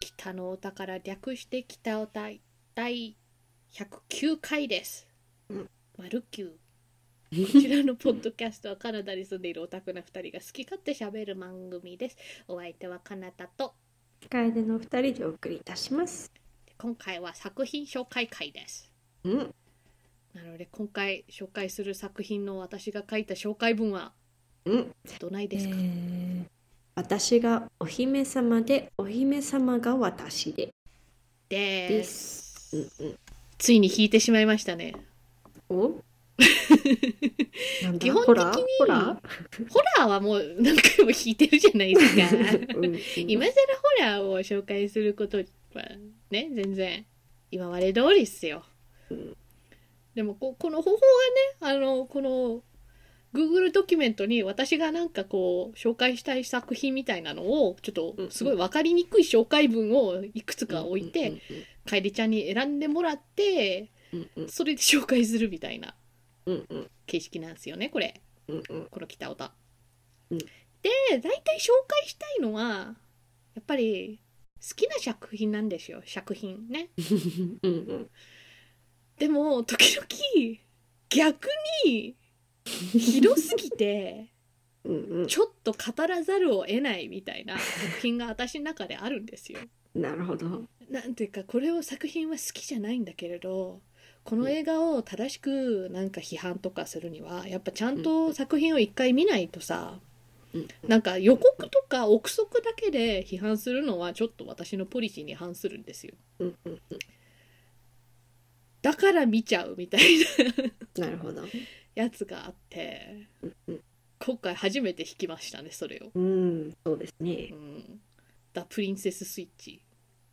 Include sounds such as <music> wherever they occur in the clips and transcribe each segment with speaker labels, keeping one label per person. Speaker 1: 北のお宝略して北おた第109回です。
Speaker 2: うん
Speaker 1: 丸九。
Speaker 2: <laughs>
Speaker 1: こちらのポッドキャストはカナダに住んでいるオタクな2人が好き勝手喋る番組です。お相手はカナダと
Speaker 2: 楓のお二人でお送りいたします。
Speaker 1: 今回は作品紹介会です。
Speaker 2: うん、
Speaker 1: なので今回紹介する作品の私が書いた紹介文は
Speaker 2: うん、
Speaker 1: どないですか、
Speaker 2: えー私がお姫様で、お姫様が私で。
Speaker 1: で
Speaker 2: ですす。うん、
Speaker 1: ついに引いてしまいましたね。
Speaker 2: うん。 <laughs> お。なんだ
Speaker 1: 基本的に
Speaker 2: ホラーホラ
Speaker 1: ホラーはもう何回も引いてるじゃないですか。
Speaker 2: ーうん、
Speaker 1: 今更ホラーを紹介することはね全然今まで通りっすよ、
Speaker 2: うん
Speaker 1: でもここの方法がねあのこの Google ドキュメントに私がなんかこう紹介したい作品みたいなのをちょっとすごい分かりにくい紹介文をいくつか置いて楓ちゃんに選んでもらって
Speaker 2: うん。うん、
Speaker 1: それで紹介するみたいな
Speaker 2: うん、うん、
Speaker 1: 形式なんですよねこれ
Speaker 2: うん、うん、
Speaker 1: この北オタ。
Speaker 2: うん
Speaker 1: で大体紹介したいのはやっぱり好きな作品なんですよ作品ね。
Speaker 2: うん、うん。
Speaker 1: でも時々逆に広すぎて
Speaker 2: うん、
Speaker 1: ちょっと語らざるを得ないみたいな作品が私の中であるんですよ。
Speaker 2: うん、なるほど。
Speaker 1: なんていうかこれを作品は好きじゃないんだけれどこの映画を正しくなんか批判とかするにはやっぱちゃんと作品を一回見ないとさ
Speaker 2: うん、
Speaker 1: なんか予告とか憶測だけで批判するのはちょっと私のポリシーに反するんですよ
Speaker 2: うん、うん、
Speaker 1: だから見ちゃうみたい
Speaker 2: なるほど。
Speaker 1: なやつがあって
Speaker 2: うん
Speaker 1: 今回初めて弾きましたねそれを、
Speaker 2: うん、そうです
Speaker 1: う
Speaker 2: ね。
Speaker 1: ん、The Princess Switch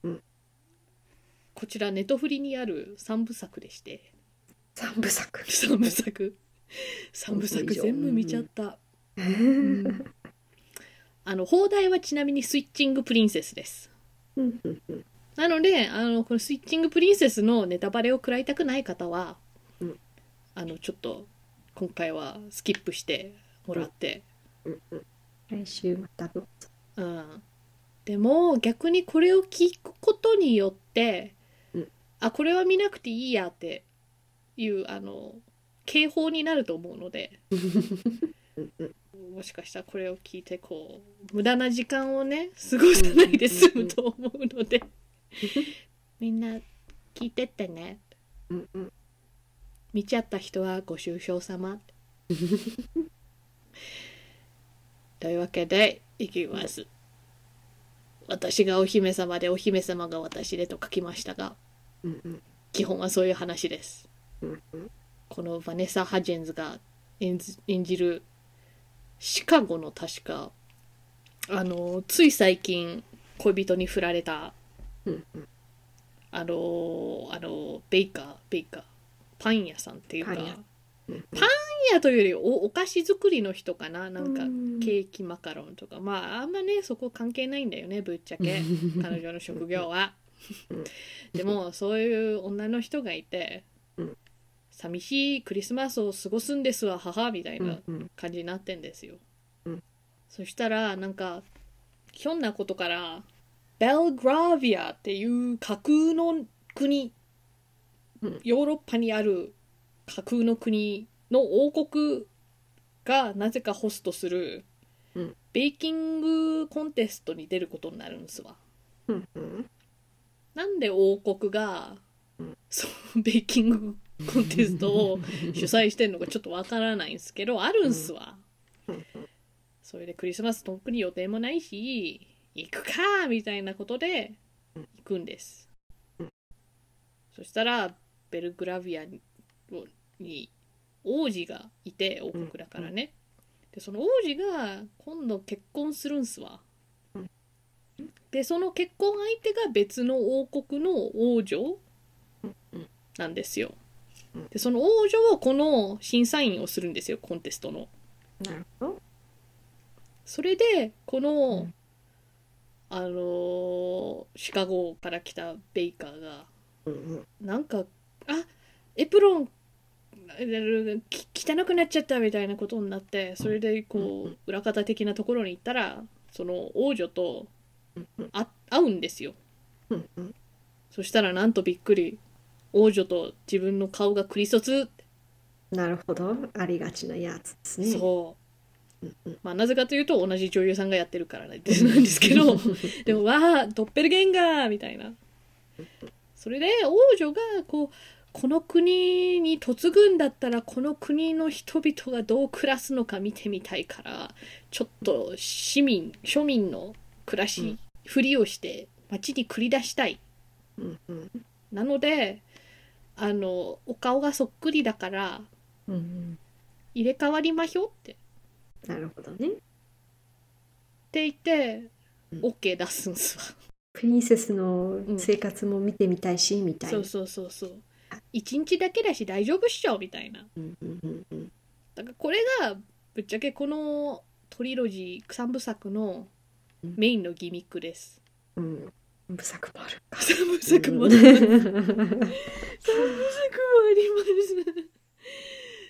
Speaker 2: うん
Speaker 1: こちらネトフリにある3部作でして
Speaker 2: 三部作。
Speaker 1: 三部作三部作全部見ちゃった、うんあの放題はちなみにスイッチングプリンセスです
Speaker 2: うん、うん、うん。
Speaker 1: なのであのこのスイッチングプリンセスのネタバレを食らいたくない方は、
Speaker 2: うん
Speaker 1: あのちょっと今回はスキップしてもらって、
Speaker 2: 来週またどうぞ。
Speaker 1: うんでも逆にこれを聞くことによって、
Speaker 2: うん
Speaker 1: あこれは見なくていいやっていうあの警報になると思うので
Speaker 2: うん、うん。
Speaker 1: もしかしたらこれを聞いてこう無駄な時間をね過ごさないで済むと思うのでみんな聞いてってね
Speaker 2: うん、うん。
Speaker 1: 見ちゃった人はご愁傷 <laughs> 様というわけでいきます私がお姫様でお姫様が私でと書きましたが
Speaker 2: うん、うん。
Speaker 1: 基本はそういう話です
Speaker 2: うん、うん。
Speaker 1: このヴァネサ・ハジェンズが演じ演じるシカゴの確かあのつい最近恋人に振られた
Speaker 2: うん、うん。
Speaker 1: あのあのベイカーベイカーパン屋さんっていうか
Speaker 2: パ
Speaker 1: パ
Speaker 2: ン
Speaker 1: ン
Speaker 2: 屋
Speaker 1: 屋というよりおお菓子作りの人かななんか
Speaker 2: うん
Speaker 1: ケーキマカロンとかまああんまねそこ関係ないんだよねぶっちゃけ彼女の職業は
Speaker 2: うん。
Speaker 1: でもそういう女の人がいて
Speaker 2: うん
Speaker 1: 寂しいクリスマスを過ごすんですわ母みたいな
Speaker 2: うん
Speaker 1: 感じになってんですよ、
Speaker 2: うん
Speaker 1: そしたらなんかひょんなことからベルグラビアっていう架空の国、
Speaker 2: うん
Speaker 1: ヨーロッパにある架空の国の王国がなぜかホストする、
Speaker 2: うん
Speaker 1: ベーキングコンテストに出ることになるんですわ
Speaker 2: うんうん
Speaker 1: なんで王国が、
Speaker 2: うん
Speaker 1: そのベーキングコンテストを主催してるのかちょっとわからないんですけどあるんすわ、
Speaker 2: うん
Speaker 1: それでクリスマスとっくに予定もないし行くかみたいなことで
Speaker 2: う
Speaker 1: 行
Speaker 2: ん
Speaker 1: くんです、
Speaker 2: うん
Speaker 1: そしたらベルグラビアにに王子がいて王国だからね、でその王子が今度結婚するんすわ、
Speaker 2: うん
Speaker 1: でその結婚相手が別の王国の王女
Speaker 2: うん
Speaker 1: なんですよ、
Speaker 2: うん
Speaker 1: でその王女をこの審査員をするんですよコンテストの
Speaker 2: なるほど。
Speaker 1: それでこの、
Speaker 2: うん
Speaker 1: あのーシカゴから来たベイカーが
Speaker 2: うんうん
Speaker 1: なんかあエプロンえーき汚くなっちゃったみたいなことになってそれでこ
Speaker 2: う
Speaker 1: う裏方的なところに行ったらその王女と
Speaker 2: うんうん
Speaker 1: あ会うんですよ
Speaker 2: うんうん。
Speaker 1: そしたらなんとびっくり王女と自分の顔がクリソツ、
Speaker 2: なるほど。ありがちなやつですね。
Speaker 1: そう
Speaker 2: うんうん。
Speaker 1: まあ、なぜかというと同じ女優さんがやってるからねってなんですけどでもわあドッペルゲンガーみたいなそれで王女がこうこの国に嫁ぐんだったらこの国の人々がどう暮らすのか見てみたいからちょっと市民庶民の暮ら
Speaker 2: うん
Speaker 1: しふりをして街に繰り出したい
Speaker 2: うんうん。
Speaker 1: なのであのお顔がそっくりだから
Speaker 2: うんうん。
Speaker 1: 入れ替わりまひょって
Speaker 2: なるほどね。
Speaker 1: って言って、
Speaker 2: うん
Speaker 1: OK 出すんすわ。
Speaker 2: プリンセスの
Speaker 1: ん
Speaker 2: 生活も見てみたいし、みたい
Speaker 1: そ
Speaker 2: な
Speaker 1: う。そうそうそう一日だけだし大丈夫っしょみたいな
Speaker 2: うんうんうんうん。
Speaker 1: だからこれがぶっちゃけこのトリロジー三部作の
Speaker 2: うん
Speaker 1: メインのギミック
Speaker 2: <laughs>
Speaker 1: です
Speaker 2: うん。不作もあるか。
Speaker 1: 三部作も
Speaker 2: う
Speaker 1: あ
Speaker 2: ん
Speaker 1: ります <laughs>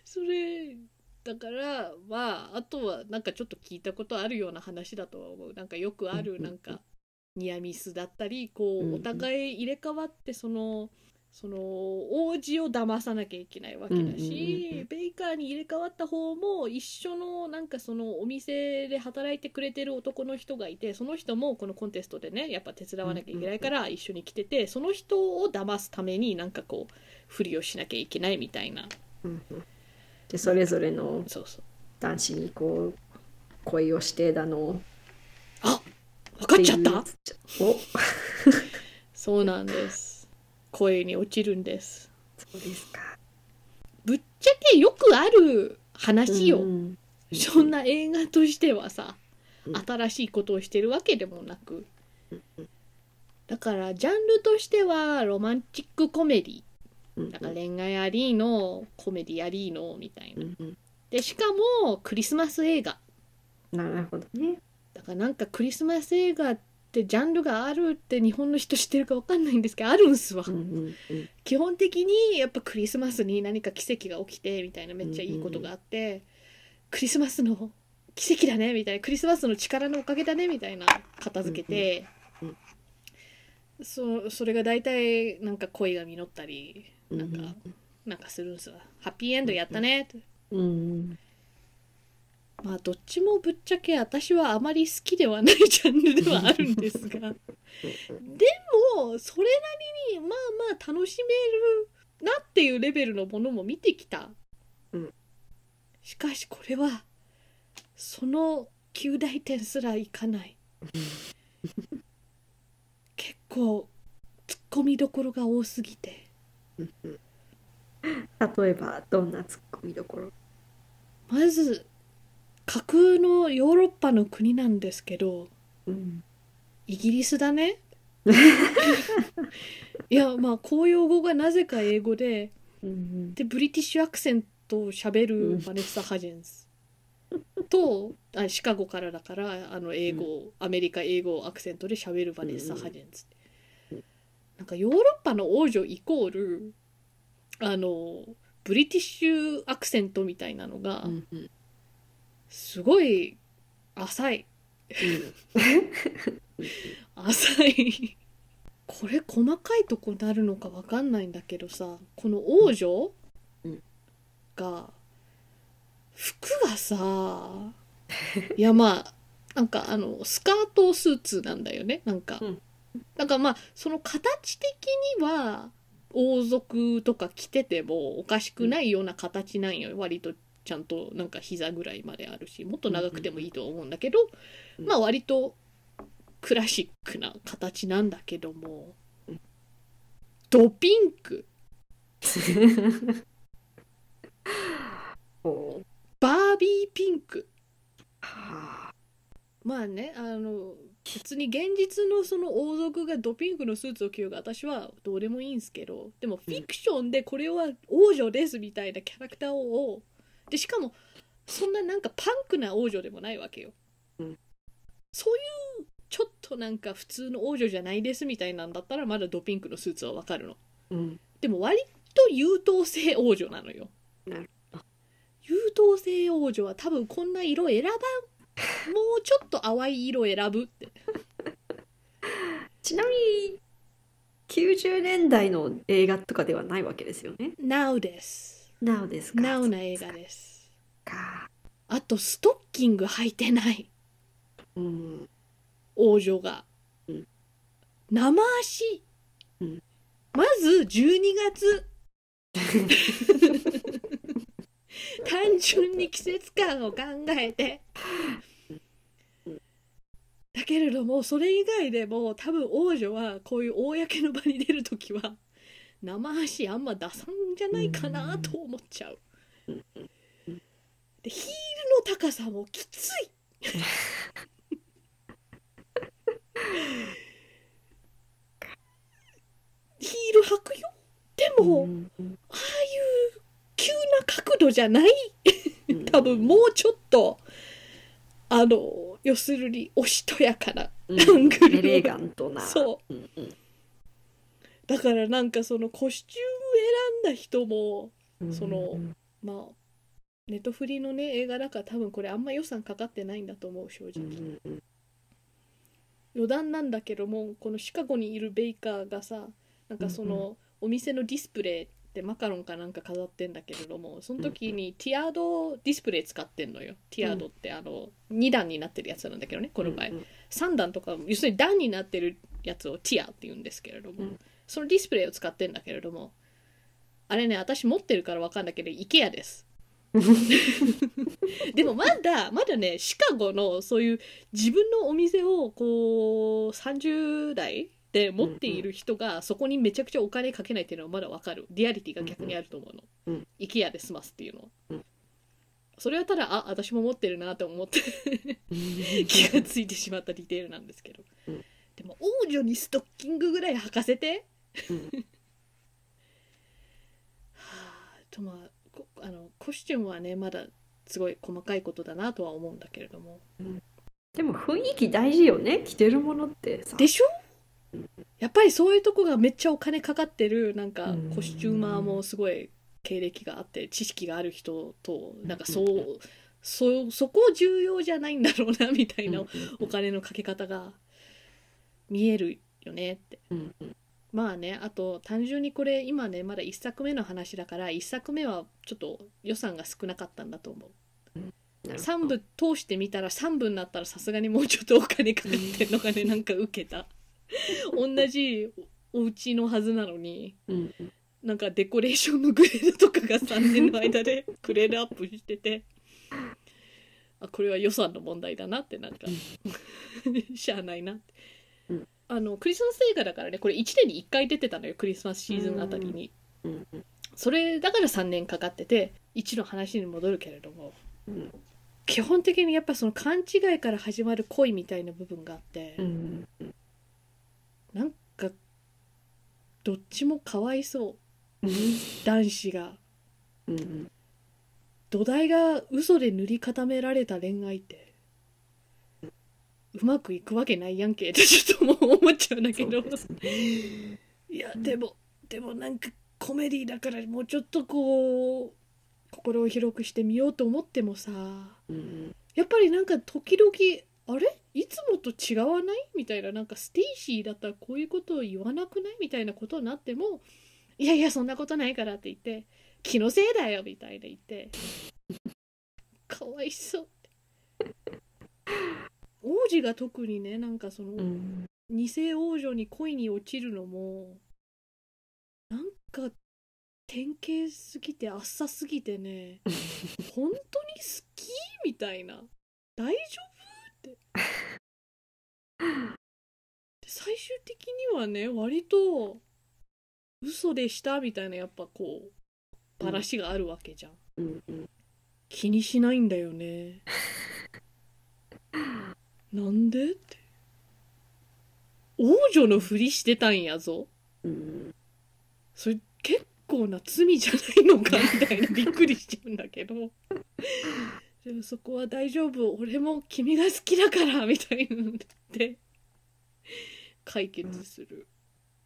Speaker 1: それだからまああとはなんかちょっと聞いたことあるような話だとは思うなんかよくあ
Speaker 2: うんう
Speaker 1: る
Speaker 2: ん
Speaker 1: なんかニアミスだったりこ
Speaker 2: うん
Speaker 1: う
Speaker 2: うん
Speaker 1: お互い入れ替わってそのその王子を騙さなきゃいけないわけだ
Speaker 2: うんうんうんう
Speaker 1: し
Speaker 2: ん
Speaker 1: ベイカーに入れ替わった方も一緒のなんかそのお店で働いてくれてる男の人がいてその人もこのコンテストでねやっぱ手伝わなきゃいけないから一緒に来ててその人を騙すためになんかこうふりをしなきゃいけないみたいな
Speaker 2: うんうんで、それぞれの
Speaker 1: そうそう
Speaker 2: 男子にこう、恋をしてだの。
Speaker 1: あ分かっちゃってた
Speaker 2: いうやつお
Speaker 1: そうなんです声に落ちるんです
Speaker 2: そうですか。
Speaker 1: ぶっちゃけよくある話よ、
Speaker 2: うん
Speaker 1: そんな映画としてはさ、
Speaker 2: うん
Speaker 1: 新しいことをしてるわけでもなく、だからジャンルとしてはロマンチックコメディ
Speaker 2: うん
Speaker 1: だから恋愛ありのコメディありのみたいな
Speaker 2: うんうん
Speaker 1: でしかもクリスマス映画
Speaker 2: なるほどね。
Speaker 1: だからなんかクリスマス映画ってジャンルがあるって日本の人知ってるかわかんないんですけどあるんすわ、
Speaker 2: うんうんうん
Speaker 1: 基本的にやっぱクリスマスに何か奇跡が起きてみたいなめっちゃいいことがあって、クリスマスの奇跡だねみたいなクリスマスの力のおかげだねみたいな片付けて、
Speaker 2: うんうん
Speaker 1: そそれが大体なんか恋が実ったりなんか、
Speaker 2: うん
Speaker 1: なんかするんすわハッピーエンドやったね、
Speaker 2: うん。
Speaker 1: まあどっちもぶっちゃけ私はあまり好きではないジャンルではあるんですが
Speaker 2: <laughs>
Speaker 1: でもそれなりにまあまあ楽しめるなっていうレベルのものも見てきた、
Speaker 2: うん
Speaker 1: しかしこれはその9大点すらいかない結構ツッコミどころが多すぎて
Speaker 2: 例えばどんなツッコミどころ
Speaker 1: まず架空のヨーロッパの国なんですけど、
Speaker 2: うん
Speaker 1: イギリスだ
Speaker 2: <laughs>
Speaker 1: ねいやまあ公用語がなぜか英語で
Speaker 2: うん
Speaker 1: でブリティッシュアクセントを喋るバネッサ・ハジェンスとあシカゴからだからあの英語を、アメリカ英語をアクセントで喋るバネッサ・ハジェンス、
Speaker 2: うん
Speaker 1: なんかヨーロッパの王女イコールあのブリティッシュアクセントみたいなのが
Speaker 2: うんうん
Speaker 1: すごい浅い浅いこれ細かいとこなるのかわかんないんだけどさこの王女
Speaker 2: うん
Speaker 1: が服がさいやまあなんかあのスカートスーツなんだよねなんか、
Speaker 2: うん
Speaker 1: なんかまあその形的には王族とか着ててもおかしくないような形なんよ割とちゃんとなんか膝ぐらいまであるしもっと長くてもいいと思うんだけど、
Speaker 2: うん
Speaker 1: まあ割とクラシックな形なんだけども、
Speaker 2: うん
Speaker 1: ドピンク
Speaker 2: おー
Speaker 1: バービーピンク
Speaker 2: はあ
Speaker 1: まあねあの別に現実のその王族がドピンクのスーツを着ようが私はどうでもいいんすけどでもフィクションでこれは王女ですみたいなキャラクターをでしかもそんななんかパンクな王女でもないわけよ、
Speaker 2: うん
Speaker 1: そういうちょっとなんか普通の王女じゃないですみたいなんだったらまだドピンクのスーツはわかるの
Speaker 2: うん
Speaker 1: でも割と優等生王女なのよ
Speaker 2: なる
Speaker 1: 優等生王女は多分こんな色選ばんもうちょっと淡い色選ぶって
Speaker 2: ちなみに90年代の映画とかではないわけですよね。
Speaker 1: Now です。
Speaker 2: なおですか。
Speaker 1: Now な映画です。
Speaker 2: か。
Speaker 1: あと、ストッキング履いてない
Speaker 2: うん。
Speaker 1: 王女が
Speaker 2: うん。
Speaker 1: 生足
Speaker 2: うん。
Speaker 1: まず、12月。単純に季節感を考えて。だけれども、それ以外でも、多分王女は、こういう公の場に出るときは、生足あんま出さんじゃないかなと思っちゃう。で、ヒールの高さもきつい。ヒール履くよ。でも、
Speaker 2: うんうん
Speaker 1: ああいう急な角度じゃない
Speaker 2: うん
Speaker 1: 多分もうちょっとあの要するにおしとやかな
Speaker 2: う
Speaker 1: アン
Speaker 2: ん
Speaker 1: グ
Speaker 2: エ
Speaker 1: ル
Speaker 2: レガントな。。
Speaker 1: そう
Speaker 2: うんうん
Speaker 1: だからなんかそのコスチューム選んだ人も
Speaker 2: うん
Speaker 1: そのまあネットフリのね映画だから多分これあんま予算かかってないんだと思う正
Speaker 2: う
Speaker 1: 直、
Speaker 2: んうん
Speaker 1: 余談なんだけどもこのシカゴにいるベイカーがさなんかその、
Speaker 2: うん
Speaker 1: お店のディスプレイってマカロンかなんか飾ってんだけれどもその時にティアードディスプレイ使ってんのよティアードってあの2段になってるやつなんだけどねこの場合、
Speaker 2: うん
Speaker 1: 3段とか要するに段になってるやつをティアって言うんですけれども、
Speaker 2: うん
Speaker 1: そのディスプレイを使ってんだけれどもあれね私持ってるから分かんないけど IKEA です。
Speaker 2: <laughs>
Speaker 1: でもまだまだねシカゴのそういう自分のお店をこう30代で持っている人がそこにめちゃくちゃお金かけないっていうのはまだ分かるリアリティが逆にあると思うの、
Speaker 2: うんうん
Speaker 1: IKEA で済ますっていうのは、
Speaker 2: うん
Speaker 1: それはただあ私も持ってるなと思って気がついてしまったディテールなんですけど、
Speaker 2: うん
Speaker 1: でも王女にストッキングぐらい履かせて、
Speaker 2: うん
Speaker 1: はあとまあこあのコスチュームはねまだすごい細かいことだなとは思うんだけれども
Speaker 2: でも雰囲気大事よね。着てるものってさ。
Speaker 1: でしょやっぱりそういうとこがめっちゃお金かかってるなんか
Speaker 2: うん
Speaker 1: コスチューマーもすごい経歴があって知識がある人となんかそう
Speaker 2: うん
Speaker 1: そうそこ重要じゃないんだろうなみたいな
Speaker 2: うんうん
Speaker 1: お金のかけ方が見えるよねって
Speaker 2: うんうん
Speaker 1: まあねあと単純にこれ今ねまだ1作目の話だから1作目はちょっと予算が少なかったんだと思う
Speaker 2: なるほど
Speaker 1: 3部通してみたら3部になったらさすがにもうちょっとお金かかってんのがねなんか受けた同じおお家のはずなのに
Speaker 2: うんうん
Speaker 1: なんかデコレーションのグレードとかが3年の間でグレードアップしててあこれは予算の問題だなってなんかしゃあないなって、
Speaker 2: うん
Speaker 1: あのクリスマス映画だからねこれ1年に1回出てたのよクリスマスシーズンあたりに
Speaker 2: うんうん
Speaker 1: それだから3年かかってて1の話に戻るけれども、
Speaker 2: うん
Speaker 1: 基本的にやっぱその勘違いから始まる恋みたいな部分があって、
Speaker 2: うんうん
Speaker 1: なんかどっちもかわいそう男子が
Speaker 2: うんうん
Speaker 1: 土台が嘘で塗り固められた恋愛ってうまくいくわけないやんけってちょっともう思っちゃうんだけど
Speaker 2: そうですね
Speaker 1: いやでもでもなんかコメディだからもうちょっとこう心を広くしてみようと思ってもさ
Speaker 2: うんうん
Speaker 1: やっぱりなんか時々あれいつもと違わないみたいななんかステイシーだったらこういうことを言わなくないみたいなことになってもいやいやそんなことないからって言って気のせいだよみたいな言って <laughs> かわいそう王子が特にねなんかその、
Speaker 2: うん
Speaker 1: 偽王女に恋に落ちるのもなんか典型すぎてあっさすぎて
Speaker 2: <laughs>
Speaker 1: ね本当に好きみたいな大丈夫って
Speaker 2: <laughs>
Speaker 1: で最終的にはね割と嘘でしたみたいなやっぱこう話があるわけじゃん、
Speaker 2: うんうん
Speaker 1: 気にしないんだよ
Speaker 2: <laughs>
Speaker 1: ねなんでって王女のふりしてたんやぞ
Speaker 2: うん
Speaker 1: それ結構な罪じゃないのかみたいなびっくりしちゃうんだけど <laughs> でもそこは大丈夫俺も君が好きだからみたいなので解決する、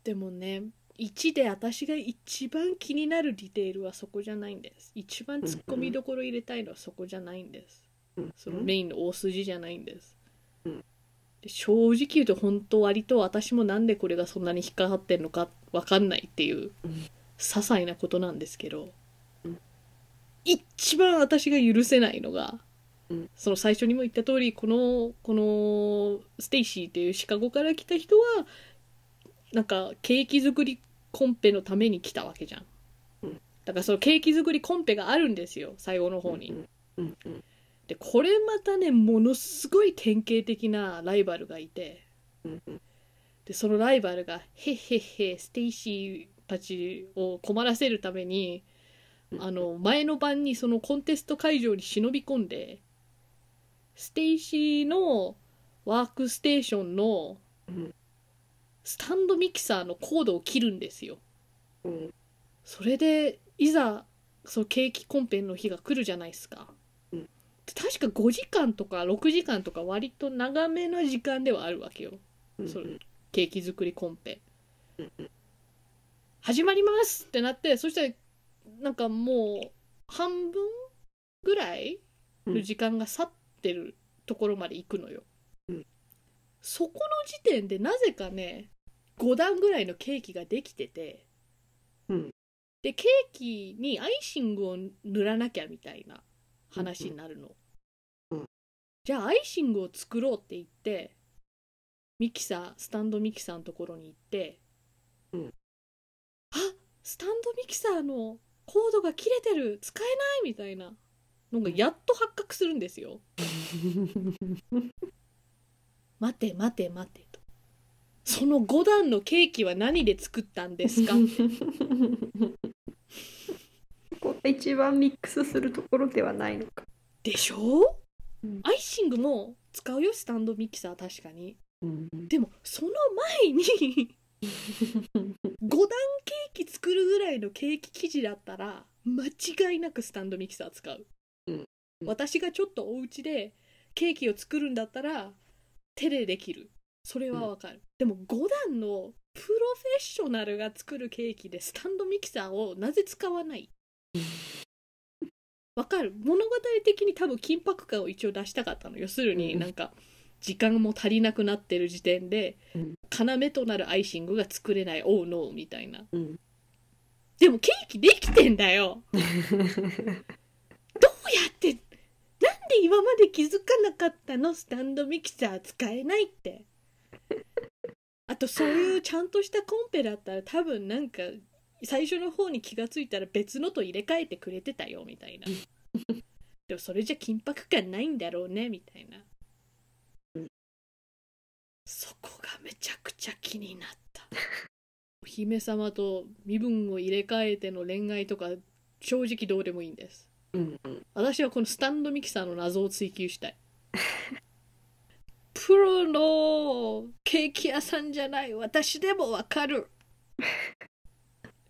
Speaker 1: でもね1で私が一番気になるディテールはそこじゃないんです一番ツッコミどころ入れたいのはそこじゃないんです
Speaker 2: うん
Speaker 1: そのメインの大筋じゃないんです
Speaker 2: うん
Speaker 1: で正直言うと本当割と私もなんでこれがそんなに引っかかってんのかわかんないっていう
Speaker 2: うん
Speaker 1: 些細なことなんですけど
Speaker 2: うん
Speaker 1: 一番私が許せないのが
Speaker 2: うん
Speaker 1: その最初にも言った通りこのこのステイシーっていうシカゴから来た人はなんかケーキ作りコンペのために来たわけじゃん
Speaker 2: うん
Speaker 1: だからそのケーキ作りコンペがあるんですよ最後の方に。
Speaker 2: うんうん
Speaker 1: でこれまたねものすごい典型的なライバルがいて
Speaker 2: うんうん
Speaker 1: でそのライバルが「へっへっへステイシーたちを困らせるために
Speaker 2: うん
Speaker 1: あの前の晩にそのコンテスト会場に忍び込んでステイシーのワークステーションの
Speaker 2: うん
Speaker 1: スタンドミキサーのコードを切るんですよ。
Speaker 2: うん
Speaker 1: それでいざそのケーキコンペの日が来るじゃないですか、
Speaker 2: うん
Speaker 1: で確か5時間とか6時間とか割と長めの時間ではあるわけよ
Speaker 2: うん
Speaker 1: それケーキ作りコンペ、
Speaker 2: うんう
Speaker 1: 始まりますってなってそしたらなんかもう半分ぐらいの時間が去ってるところまで行くのよ、
Speaker 2: うん
Speaker 1: そこの時点でなぜかね5段ぐらいのケーキができてて、
Speaker 2: うん
Speaker 1: でケーキにアイシングを塗らなきゃみたいな話になるの、
Speaker 2: うんうん
Speaker 1: じゃあアイシングを作ろうって言ってミキサースタンドミキサーのところに行って、
Speaker 2: うん
Speaker 1: あスタンドミキサーのコードが切れてる使えないみたいなのがやっと発覚するんですよ、待て待て待てとその5段のケーキは何で作ったんです <laughs> か
Speaker 2: ここが一番ミックスするところではないのか。
Speaker 1: でしょ、
Speaker 2: うん
Speaker 1: アイシングも使うよスタンドミキサー確かに
Speaker 2: うん
Speaker 1: でもその前に5段ケーキ作るぐらいのケーキ生地だったら間違いなくスタンドミキサー使う、
Speaker 2: うん
Speaker 1: 私がちょっとお家でケーキを作るんだったら手でできるそれはわかる、でも5段のプロフェッショナルが作るケーキでスタンドミキサーをなぜ使わ
Speaker 2: <laughs>
Speaker 1: ないわかる物語的に多分緊迫感を一応出したかったの要するに
Speaker 2: うん
Speaker 1: なんか時間も足りなくなってる時点で
Speaker 2: うん
Speaker 1: 要となるアイシングが作れない「オーノー」みたいな
Speaker 2: うん
Speaker 1: でもケーキできてんだよどうやってなんで今まで気づかなかったのスタンドミキサー使えないってあとそういうちゃんとしたコンペだったら多分なんか最初の方に気がついたら別のと入れ替えてくれてたよみたいなでもそれじゃ緊迫感ないんだろうねみたいな
Speaker 2: うん
Speaker 1: そこがめちゃくちゃ気になったお姫様と身分を入れ替えての恋愛とか正直どうでもいいんです
Speaker 2: うんうん
Speaker 1: 私はこのスタンドミキサーの謎を追求したいプロのケーキ屋さんじゃない私でもわかる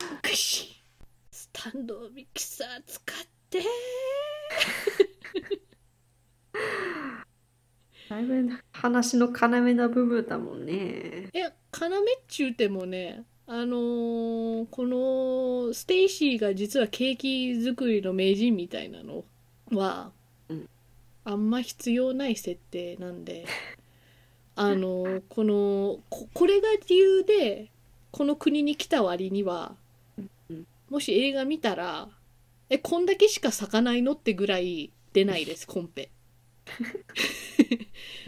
Speaker 1: おかしいスタンドミキサー使って
Speaker 2: だいぶ話の要な部分だもんね。
Speaker 1: え要っちゅうてもねあのーこのステイシーが実はケーキ作りの名人みたいなのは、
Speaker 2: うん
Speaker 1: あんま必要ない設定なんで <laughs> あのーこのここれが理由でこの国に来た割には
Speaker 2: うん
Speaker 1: もし映画見たらえこんだけしか咲かないのってぐらい出ない
Speaker 2: <laughs>
Speaker 1: ですコンペ <laughs>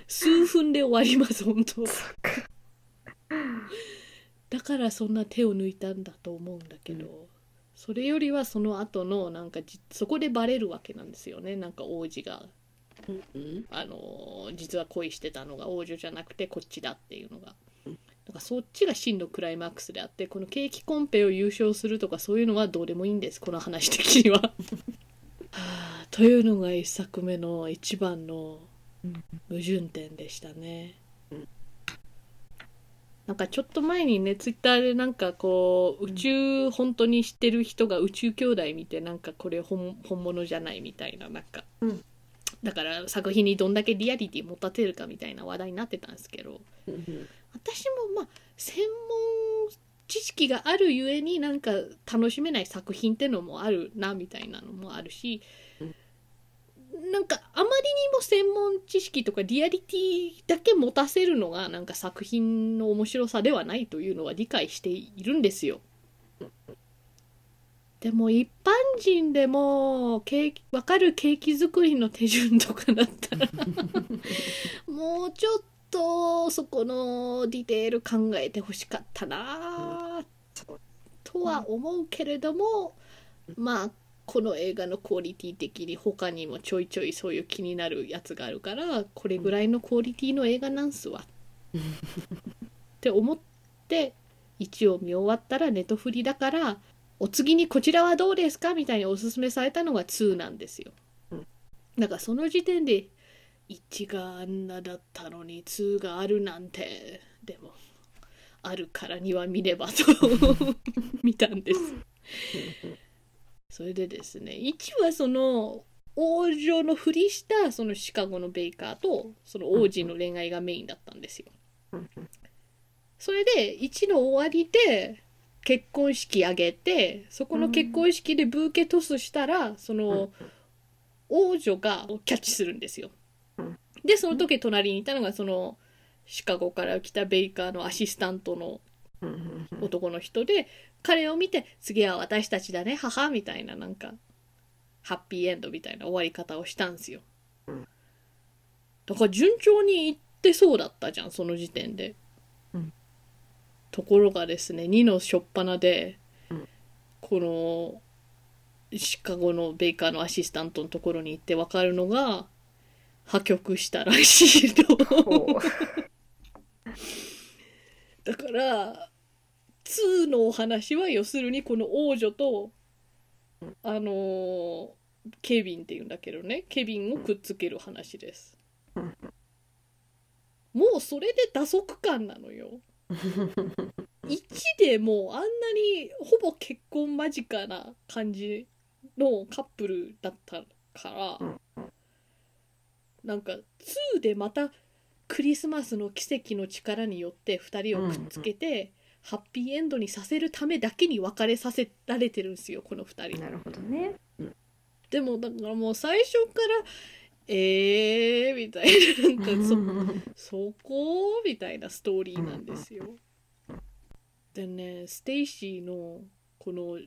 Speaker 1: 数分で終わります本当
Speaker 2: そっか。
Speaker 1: だからそんな手を抜いたんだと思うんだけど、
Speaker 2: う
Speaker 1: それよりはその後のなんかじそこでバレるわけなんですよねなんか王子が、
Speaker 2: うん
Speaker 1: あのー実は恋してたのが王女じゃなくてこっちだっていうのが
Speaker 2: うん。
Speaker 1: だからそっちが真のクライマックスであってこのケーキコンペを優勝するとかそういうのはどうでもいいんですこの話的には。は <laughs> あというのが一作目の一番の
Speaker 2: うん
Speaker 1: 矛盾点でしたね
Speaker 2: うん。
Speaker 1: なんかちょっと前にねツイッターでなんかこう宇宙本当に知ってる人が宇宙兄弟見てなんかこれ本本物じゃないみたいななんか、
Speaker 2: うん
Speaker 1: だから作品にどんだけリアリティ持たせるかみたいな話題になってたんですけど
Speaker 2: うん
Speaker 1: 私もまあ専門知識があるゆえになんか楽しめない作品ってのもあるなみたいなのもあるし、
Speaker 2: うん
Speaker 1: なんかあまりにも専門知識とかリアリティだけ持たせるのがなんか作品の面白さではないというのは理解しているんですよ。でも一般人でもケーキ分かるケーキ作りの手順とかだったらもうちょっとそこのディテール考えてほしかったなあとは思うけれどもまあこの映画のクオリティ的に他にもちょいちょいそういう気になるやつがあるからこれぐらいのクオリティの映画なんすわって思って1を見終わったらネトフリだからお次にこちらはどうですかみたいにおすすめされたのが2なんですよ
Speaker 2: うん。
Speaker 1: だからその時点で1があんなだったのに2があるなんてでもあるからには見ればと
Speaker 2: <laughs>
Speaker 1: 見たんです。それでですね1はその王女のふりしたそのシカゴのベイカーとその王子の恋愛がメインだったんですよ。それで1の終わりで結婚式あげてそこの結婚式でブーケトスしたら、その王女がキャッチするんですよ
Speaker 2: うん。
Speaker 1: でその時隣にいたのがそのシカゴから来たベイカーのアシスタントの男の人で彼を見て「次は私たちだね母」みたいななんかハッピーエンドみたいな終わり方をしたんですよ
Speaker 2: うん
Speaker 1: だから順調にいってそうだったじゃんその時点で、
Speaker 2: うん
Speaker 1: ところがですね2の初っ端で、
Speaker 2: うん
Speaker 1: このシカゴのベイカーのアシスタントのところに行って分かるのが破局したらしいと
Speaker 2: こ
Speaker 1: だから2のお話は要するにこの王女とあのーケビンっていうんだけどねケビンをくっつける話です
Speaker 2: うん
Speaker 1: もうそれで打足感なのよ1でもうあんなにほぼ結婚間近な感じのカップルだったか
Speaker 2: う
Speaker 1: ら
Speaker 2: ん
Speaker 1: なんか2でまたクリスマスの奇跡の力によって2人をくっつけてハッピーエンドにさせるためだけに別れさせられてるんですよこの2
Speaker 2: う
Speaker 1: 人。
Speaker 2: なるほどね。
Speaker 1: でもだからもう最初から「えー」みたいななんかそそこみたいなストーリーなんですよ。でねステイシーのこの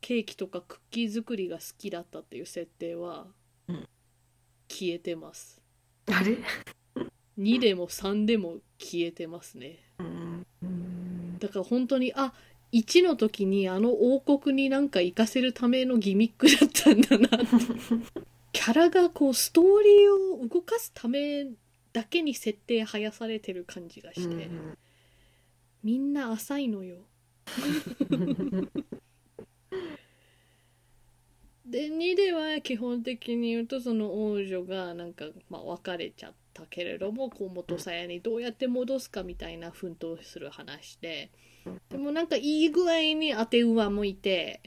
Speaker 1: ケーキとかクッキー作りが好きだったっていう設定は
Speaker 2: うん
Speaker 1: 消えてます。
Speaker 2: あれ
Speaker 1: 2でも3でも消えてますね。
Speaker 2: うん
Speaker 1: だから本当にあ1の時にあの王国になんか行かせるためのギミックだったんだなってキャラがこうストーリーを動かすためだけに設定生やされてる感じがして、みんな浅いのよで2では基本的に言うとその王女がなんかまあ別れちゃったけれどもこう元さやにどうやって戻すかみたいな奮闘する話ででもなんかいい具合に当て馬もいて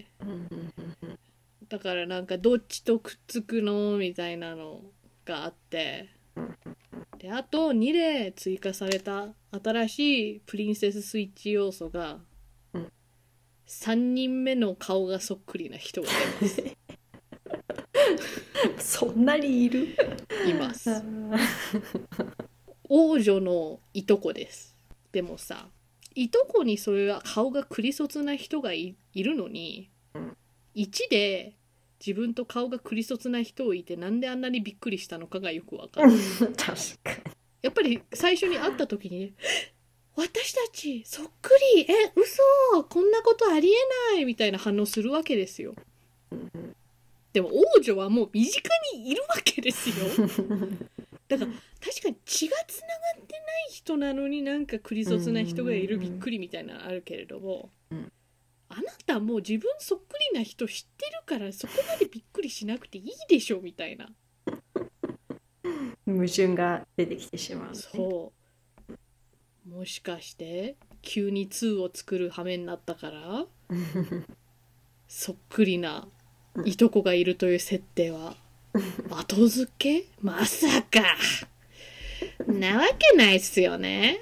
Speaker 1: だからなんかどっちとくっつくのみたいなのがあってであと2で追加された新しいプリンセススイッチ要素が
Speaker 2: うん
Speaker 1: 3人目の顔がそっくりな人がい
Speaker 2: <laughs>
Speaker 1: ます。
Speaker 2: そんなにいる
Speaker 1: います王女のいとこですでもさいとこにそういう顔がクリソツな人がいいるのに
Speaker 2: うん
Speaker 1: 1で自分と顔がクリソツな人をいてなんであんなにびっくりしたのかがよくわかる
Speaker 2: 確か
Speaker 1: やっぱり最初に会った時にね「私たちそっくりえ嘘こんなことありえない」みたいな反応するわけですよでも王女はもう身近にいるわけですよだから <laughs> 確かに血がつながってない人なのになんかクリソツな人がいる
Speaker 2: うんうん
Speaker 1: び
Speaker 2: うん
Speaker 1: っくりみたいなのあるけれども、
Speaker 2: うん
Speaker 1: あなたもう自分そっくりな人知ってるからそこまでびっくりしなくていいでしょみたいな
Speaker 2: 矛盾が出てきてしまう、ね。
Speaker 1: そうもしかして急に2を作る羽目になったからそっくりないとこがいるという設定
Speaker 2: <laughs>
Speaker 1: は後付けまさか
Speaker 2: <laughs>
Speaker 1: なわけないっすよね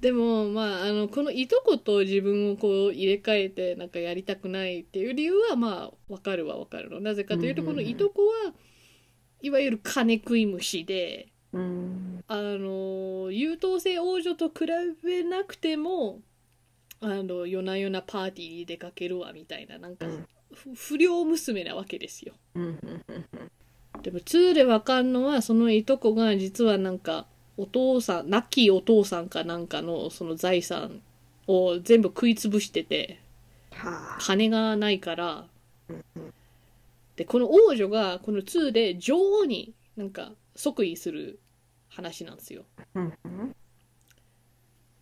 Speaker 1: でもまああのこのいとこと自分をこう入れ替えてなんかやりたくないっていう理由はまあわかるはわかるのなぜかというと
Speaker 2: うん
Speaker 1: こ
Speaker 2: うん
Speaker 1: の
Speaker 2: うん
Speaker 1: いとこはいわゆる金食い虫で
Speaker 2: うん
Speaker 1: あの優等生王女と比べなくてもあの夜な夜なパーティーに出かけるわみたいななんか
Speaker 2: うん
Speaker 1: ふ不良娘なわけですよ。
Speaker 2: うん
Speaker 1: でも2でわかんのはそのいとこが実はなんかお父さん亡きお父さんかなんかのその財産を全部食い潰してて
Speaker 2: はあ
Speaker 1: 金がないから
Speaker 2: うんうん
Speaker 1: でこの王女がこの2で女王になんか即位する話なんですよ
Speaker 2: うんうん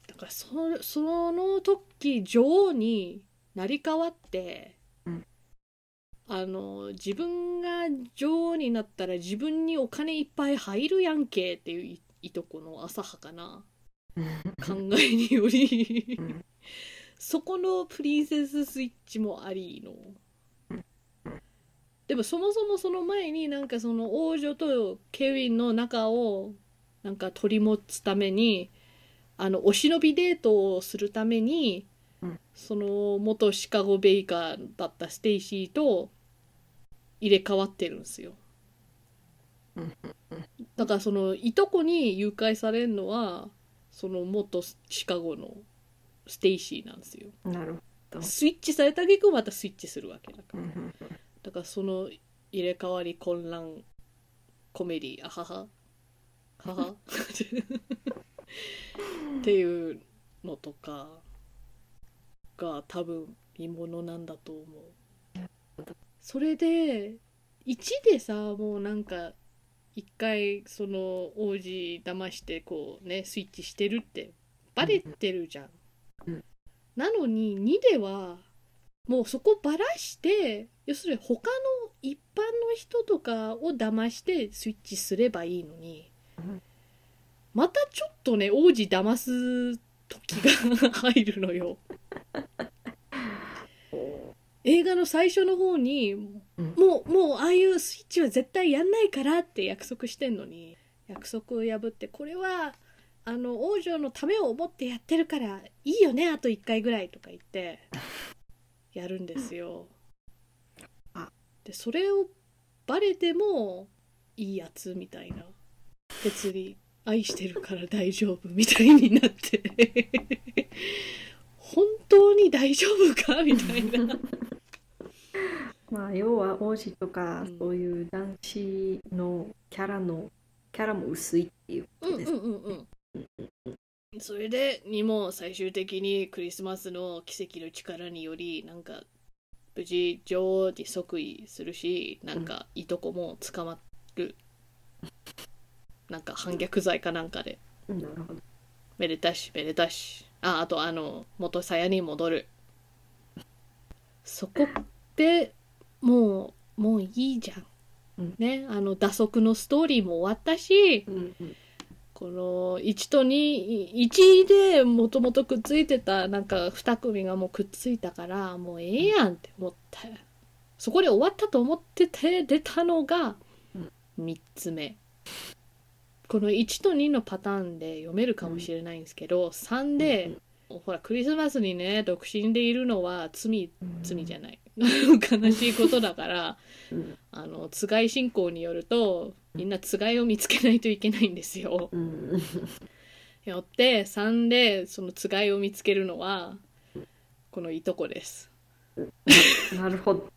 Speaker 1: だからそその時女王になり変わって、
Speaker 2: うん
Speaker 1: あの自分が女王になったら自分にお金いっぱい入るやんけっていういいとこの浅はかな考えにより
Speaker 2: うん
Speaker 1: そこのプリンセススイッチもありの
Speaker 2: うんうん。
Speaker 1: でもそもそもその前になんかその王女とケビンの仲をなんか取り持つためにあのお忍びデートをするために、
Speaker 2: うん
Speaker 1: その元シカゴベイカーだったステイシーと入れ替わってるんですよ
Speaker 2: うん。
Speaker 1: だからそのいとこに誘拐されるのはその元シカゴのステイシーなんですよ。
Speaker 2: なるほど
Speaker 1: スイッチされた結果またスイッチするわけだか
Speaker 2: う
Speaker 1: ら。
Speaker 2: んうん
Speaker 1: だからその入れ替わり混乱コメディあははは
Speaker 2: <laughs>
Speaker 1: はっていうのとかが多分見ものなんだと思うそれで1でさもうなんか一回その王子騙してこうねスイッチしてるってバレてるじゃん
Speaker 2: うんうん
Speaker 1: なのに2ではもうそこばらして要するに他の一般の人とかを騙してスイッチすればいいのに、
Speaker 2: うん
Speaker 1: またちょっとね王子騙す時が入るのよ映画の最初の方に、
Speaker 2: うん
Speaker 1: もうもうああいうスイッチは絶対やんないからって約束してんのに約束を破ってこれはあの王女のためを思ってやってるからいいよねあと1回ぐらいとか言ってやるんですよ。
Speaker 2: あ
Speaker 1: でそれをバレてもいいやつみたいな別に愛してるから大丈夫みたいになって本当に大丈夫かみたいな。
Speaker 2: まあ要は王子とか
Speaker 1: うん
Speaker 2: そういう男子のキャラのキャラも薄いっていうこ
Speaker 1: <laughs> うんうん
Speaker 2: とです
Speaker 1: うんうんそれでにも最終的にクリスマスの奇跡の力によりなんか無事女王に即位するしなんかいとこも捕まる、なんか反逆罪かなんかで
Speaker 2: うんなるほど
Speaker 1: めでたしめでたしああとあの元さやに戻るそこでもうもういいじゃん、
Speaker 2: うん
Speaker 1: ねあの打足のストーリーも終わったし、
Speaker 2: うんうん
Speaker 1: この1と21でもともとくっついてたなんか2組がもうくっついたからもうええやんって思ってそこで終わったと思ってて出たのが
Speaker 2: うん
Speaker 1: 3つ目この1と2のパターンで読めるかもしれないんですけど3でほらクリスマスにね独身でいるのは罪罪じゃ
Speaker 2: <laughs>
Speaker 1: ない悲しいことだから
Speaker 2: うん
Speaker 1: あのつがい信仰によるとみんなつがいを見つけないといけないんですよ。
Speaker 2: うんうん
Speaker 1: よって3でそのつがいを見つけるのはこのいとこです
Speaker 2: なるほど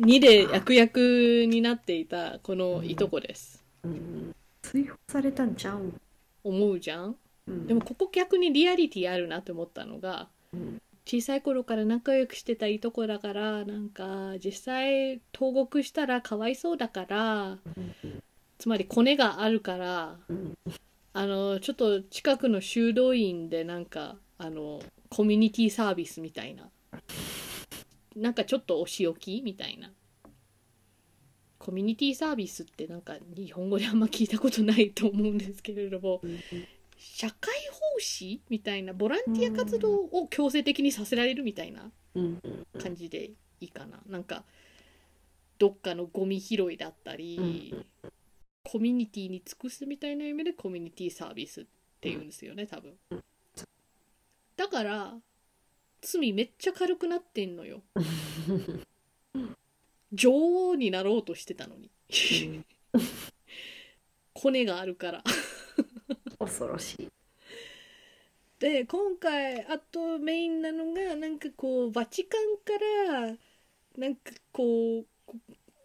Speaker 1: 2で役役になっていたこのいとこです、
Speaker 2: うん追放されたんちゃう
Speaker 1: 思うじゃん
Speaker 2: うん
Speaker 1: でもここ逆にリアリティあるなって思ったのが
Speaker 2: うん
Speaker 1: 小さい頃から仲良くしてたいとこだからなんか実際投獄したらかわいそうだから
Speaker 2: うん
Speaker 1: つまりコネがあるから
Speaker 2: うん
Speaker 1: あのちょっと近くの修道院でなんかあのコミュニティサービスみたいななんかちょっとお仕置きみたいなコミュニティサービスってなんか日本語であんま聞いたことないと思うんですけれども社会奉仕みたいなボランティア活動を強制的にさせられるみたいな
Speaker 2: うん
Speaker 1: 感じでいいかな、なんかどっかのゴミ拾いだったり、
Speaker 2: うん
Speaker 1: コミュニティに尽くすみたいな意味でコミュニティサービスっっていうんですよね多分だから罪めっちゃ軽くなってんの
Speaker 2: <laughs>
Speaker 1: よ女王になろうとしてたのにコネがあるから
Speaker 2: 恐ろしい。
Speaker 1: で今回あとメインなのがなんかこうバチカンからなんかこうこ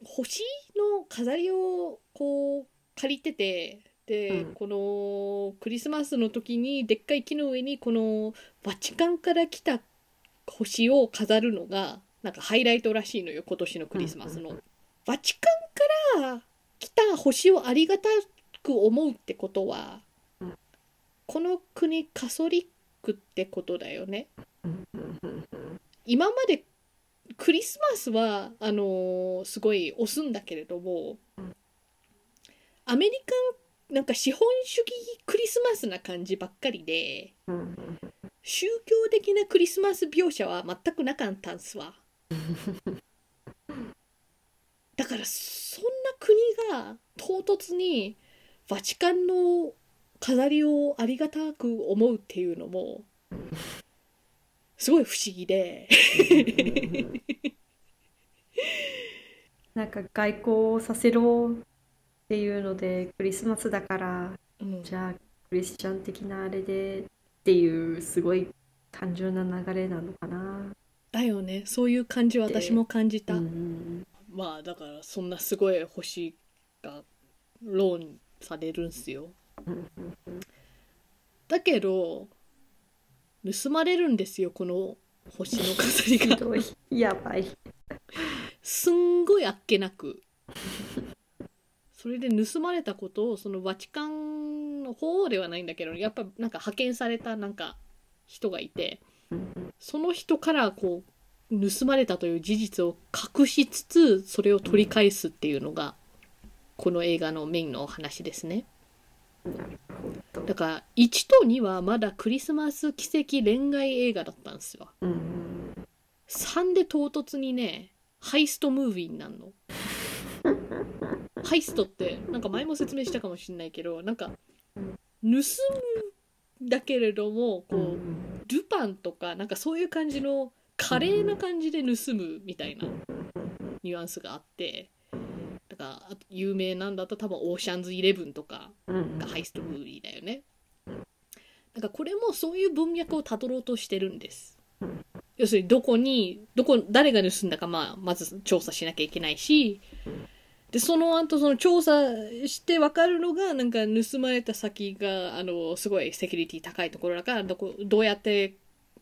Speaker 1: 星の飾りをこう借りててで、
Speaker 2: うん
Speaker 1: このクリスマスの時にでっかい木の上にこのバチカンから来た星を飾るのがなんかハイライトらしいのよ今年のクリスマスの。バチカンから来た星をありがたく思うってことは
Speaker 2: うん
Speaker 1: この国カソリックってことだよね。
Speaker 2: うんうんうんうん
Speaker 1: 今までクリスマスはあのーすごい押すんだけれども
Speaker 2: うん
Speaker 1: アメリカンなんか資本主義クリスマスな感じばっかりで
Speaker 2: うんうん
Speaker 1: 宗教的なクリスマス描写は全くなかったんすわだからそんな国が唐突にバチカンの飾りをありがたく思うっていうのもすごい不思議で。
Speaker 2: なんか外交をさせろっていうのでクリスマスだから
Speaker 1: うん
Speaker 2: じゃあクリスチャン的なあれでっていうすごい単純な流れなのかな。
Speaker 1: だよねそういう感じは私も感じた、
Speaker 2: うん
Speaker 1: まあだからそんなすごい星がローンされるんすよ
Speaker 2: うんうんうん
Speaker 1: だけど盗まれるんですよこの星の飾り
Speaker 2: <laughs> ひ
Speaker 1: が
Speaker 2: どいやばい。
Speaker 1: すんごいあっけなくそれで盗まれたことをそのバチカンの法ではないんだけどやっぱなんか派遣されたなんか人がいて
Speaker 2: うん
Speaker 1: その人からこう盗まれたという事実を隠しつつそれを取り返すっていうのがこの映画のメインのお話ですね
Speaker 2: うんなるほ
Speaker 1: だ
Speaker 2: ど。
Speaker 1: から1と2はまだクリスマス奇跡恋愛映画だったんですよ
Speaker 2: うんうん
Speaker 1: 3で唐突にねハイストムービーになるのハイストってなんか前も説明したかもしれないけどなんか盗むんだけれどもこ
Speaker 2: う
Speaker 1: うん
Speaker 2: うん
Speaker 1: ルパンとかなんかそういう感じの華麗な感じで盗むみたいなニュアンスがあってだからあと有名なんだと多分オーシャンズイレブンとか
Speaker 2: うんうん
Speaker 1: がハイストムービーだよねなんかこれもそういう文脈をたどろうとしてるんです要するにどこにどこ誰が盗んだか、まあ、まず調査しなきゃいけないしでその後その調査して分かるのがなんか盗まれた先があのすごいセキュリティ高いところだからどこどうやって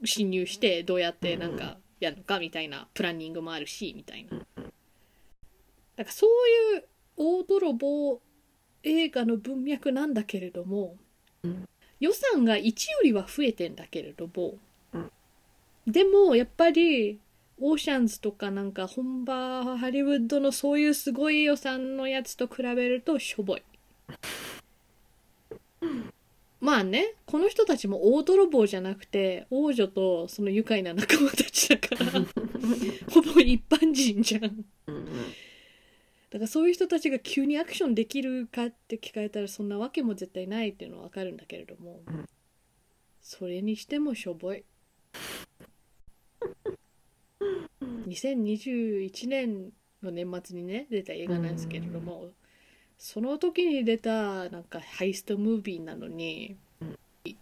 Speaker 1: 侵入してどうやってなんかやるのかみたいなプランニングもあるしみたいななんかそういう大泥棒映画の文脈なんだけれども、
Speaker 2: うん
Speaker 1: 予算が1よりは増えてんだけれども、
Speaker 2: うん
Speaker 1: でもやっぱりオーシャンズとかなんか本場ハリウッドのそういうすごい予算のやつと比べるとしょぼい。まあねこの人たちも大泥棒じゃなくて王女とその愉快な仲間たちだからほぼ一般人じゃん。
Speaker 2: うん
Speaker 1: だからそういう人たちが急にアクションできるかって聞かれたらそんなわけも絶対ないっていうのはわかるんだけれども、
Speaker 2: うん
Speaker 1: それにしてもしょぼい2021年の年末にね出た映画なんですけれども、その時に出たなんかハイストムービーなのに、
Speaker 2: うん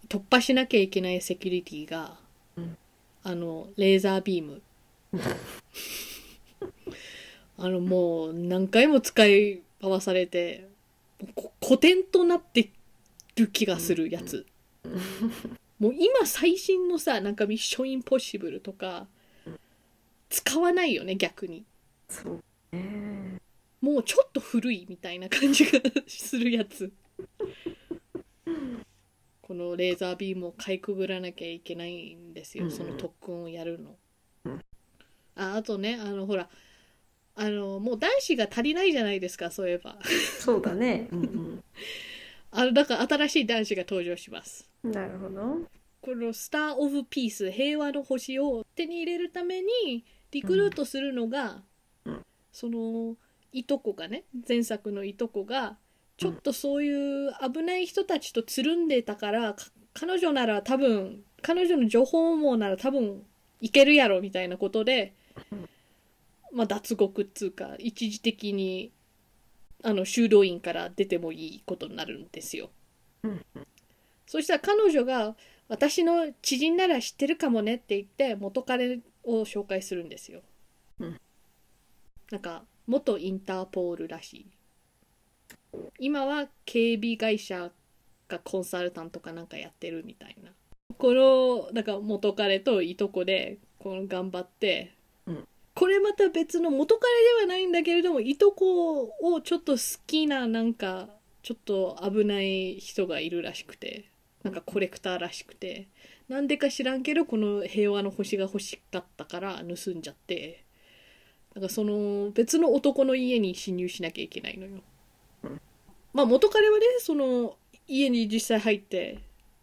Speaker 1: 突破しなきゃいけないセキュリティが、
Speaker 2: うん
Speaker 1: あのレーザービーム <laughs> あのもう何回も使い合わされてこ古典となってる気がするやつ、もう今最新のさなんか「ミッションインポッシブル」とか使わないよね逆に
Speaker 2: そうね。
Speaker 1: もうちょっと古いみたいな感じがするやつこのレーザービームをかいくぐらなきゃいけないんです
Speaker 2: う
Speaker 1: よ
Speaker 2: んうん
Speaker 1: その特訓をやるの
Speaker 2: うん
Speaker 1: ああとねあのほらあのもう男子が足りないじゃないですかそういえば
Speaker 2: そうだね。うん
Speaker 1: あのだから新しい男子が登場します
Speaker 2: うんなるほど。
Speaker 1: このスター・オブ・ピース平和の星を手に入れるためにリクルートするのが、
Speaker 2: うんうん
Speaker 1: そのいとこがね前作のいとこがちょっとそういう危ない人たちとつるんでたから、か彼女なら多分、彼女の情報網なら多分いけるやろみたいなことで、まあ脱獄っつうか、一時的に、あの、修道院から出てもいいことになるんですよ
Speaker 2: うん。
Speaker 1: そしたら彼女が、私の知人なら知ってるかもねって言って、元彼を紹介するんですよ
Speaker 2: うん。
Speaker 1: なんか、元インターポールらしい。今は警備会社がコンサルタントかなんかやってるみたいなこのなんか元彼といとこでこの頑張って、
Speaker 2: うん
Speaker 1: これまた別の元彼ではないんだけれどもいとこをちょっと好きななんかちょっと危ない人がいるらしくてなんかコレクターらしくてなんでか知らんけどこの平和の星が欲しかったから盗んじゃってなんかその別の男の家に侵入しなきゃいけないのよ。まあ元彼はねその家に実際入って、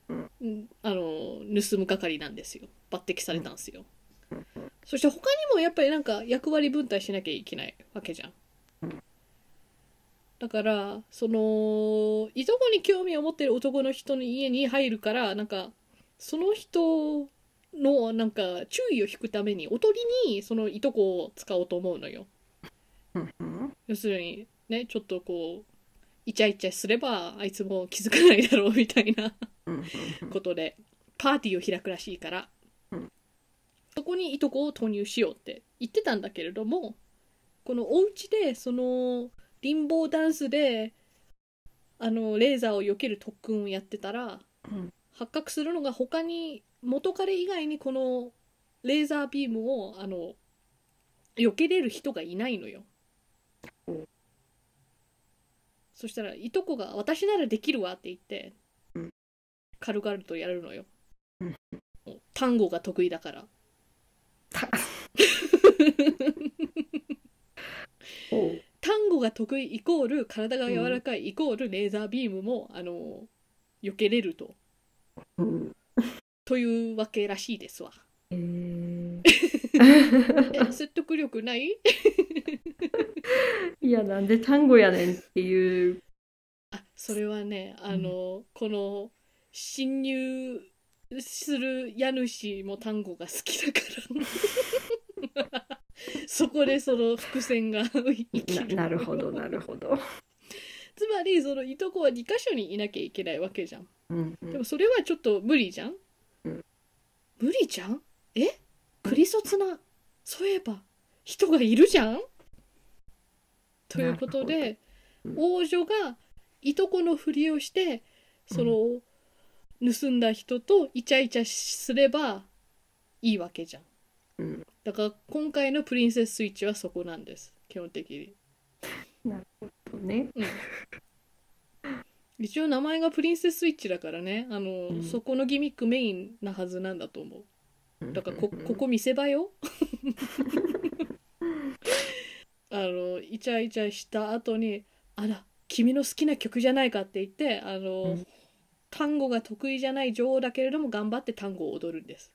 Speaker 2: うん
Speaker 1: んあの盗む係なんですよ抜擢されたんですよ、
Speaker 2: うん
Speaker 1: そして他にもやっぱりなんか役割分担しなきゃいけないわけじゃん、
Speaker 2: うん
Speaker 1: だからそのいとこに興味を持ってる男の人の家に入るからなんかその人のなんか注意を引くためにおとりにそのいとこを使おうと思うのよ、
Speaker 2: うんうん
Speaker 1: 要するにねちょっとこうイチャイチャすればあいつも気づかないだろうみたいな
Speaker 2: うん
Speaker 1: <laughs> ことでパーティーを開くらしいから、
Speaker 2: うん
Speaker 1: そこにいとこを投入しようって言ってたんだけれどもこのお家でその貧乏ダンスであのレーザーを避ける特訓をやってたら
Speaker 2: うん
Speaker 1: 発覚するのが他に元彼以外にこのレーザービームをあの避けれる人がいないのよ
Speaker 2: うん。
Speaker 1: そしたらいとこが「私ならできるわ」って言って
Speaker 2: うん
Speaker 1: 軽々とやるのよ
Speaker 2: うん。
Speaker 1: 単語が得意だから。
Speaker 2: たおう
Speaker 1: 単語が得意イコール体が柔らかいイコールレーザービームも、あの避けれると
Speaker 2: うん
Speaker 1: というわけらしいですわ。
Speaker 2: えー
Speaker 1: え説得力ない
Speaker 2: いやなんで単語やねんっていう
Speaker 1: あそれはねあの、この侵入する家主も単語が好きだか
Speaker 2: <laughs>
Speaker 1: ら。そこでその伏線が生き
Speaker 2: な
Speaker 1: る
Speaker 2: なるほどなるほど、
Speaker 1: つまりそのいとこは2箇所にいなきゃいけないわけじゃん
Speaker 2: うんう
Speaker 1: で
Speaker 2: ん
Speaker 1: も、それはちょっと無理じゃん、
Speaker 2: うん
Speaker 1: 無理じゃんえクリソツなそういえば人がいるじゃんということで、
Speaker 2: なる
Speaker 1: 王女がいとこのふりをしてその、盗んだ人とイチャイチャすればいいわけじゃん
Speaker 2: うん、
Speaker 1: だから今回のプリンセススイッチはそこなんです基本的に
Speaker 2: とね
Speaker 1: 一応名前がプリンセススイッチだからねあの、
Speaker 2: うん
Speaker 1: そこのギミックメインなはずなんだと思うだからこ
Speaker 2: うん
Speaker 1: ここ見せ場よ <laughs> あのイチャイチャした後に「あら君の好きな曲じゃないか」って言ってあの、
Speaker 2: うん
Speaker 1: 単語が得意じゃない女王だけれども頑張って単語を踊るんです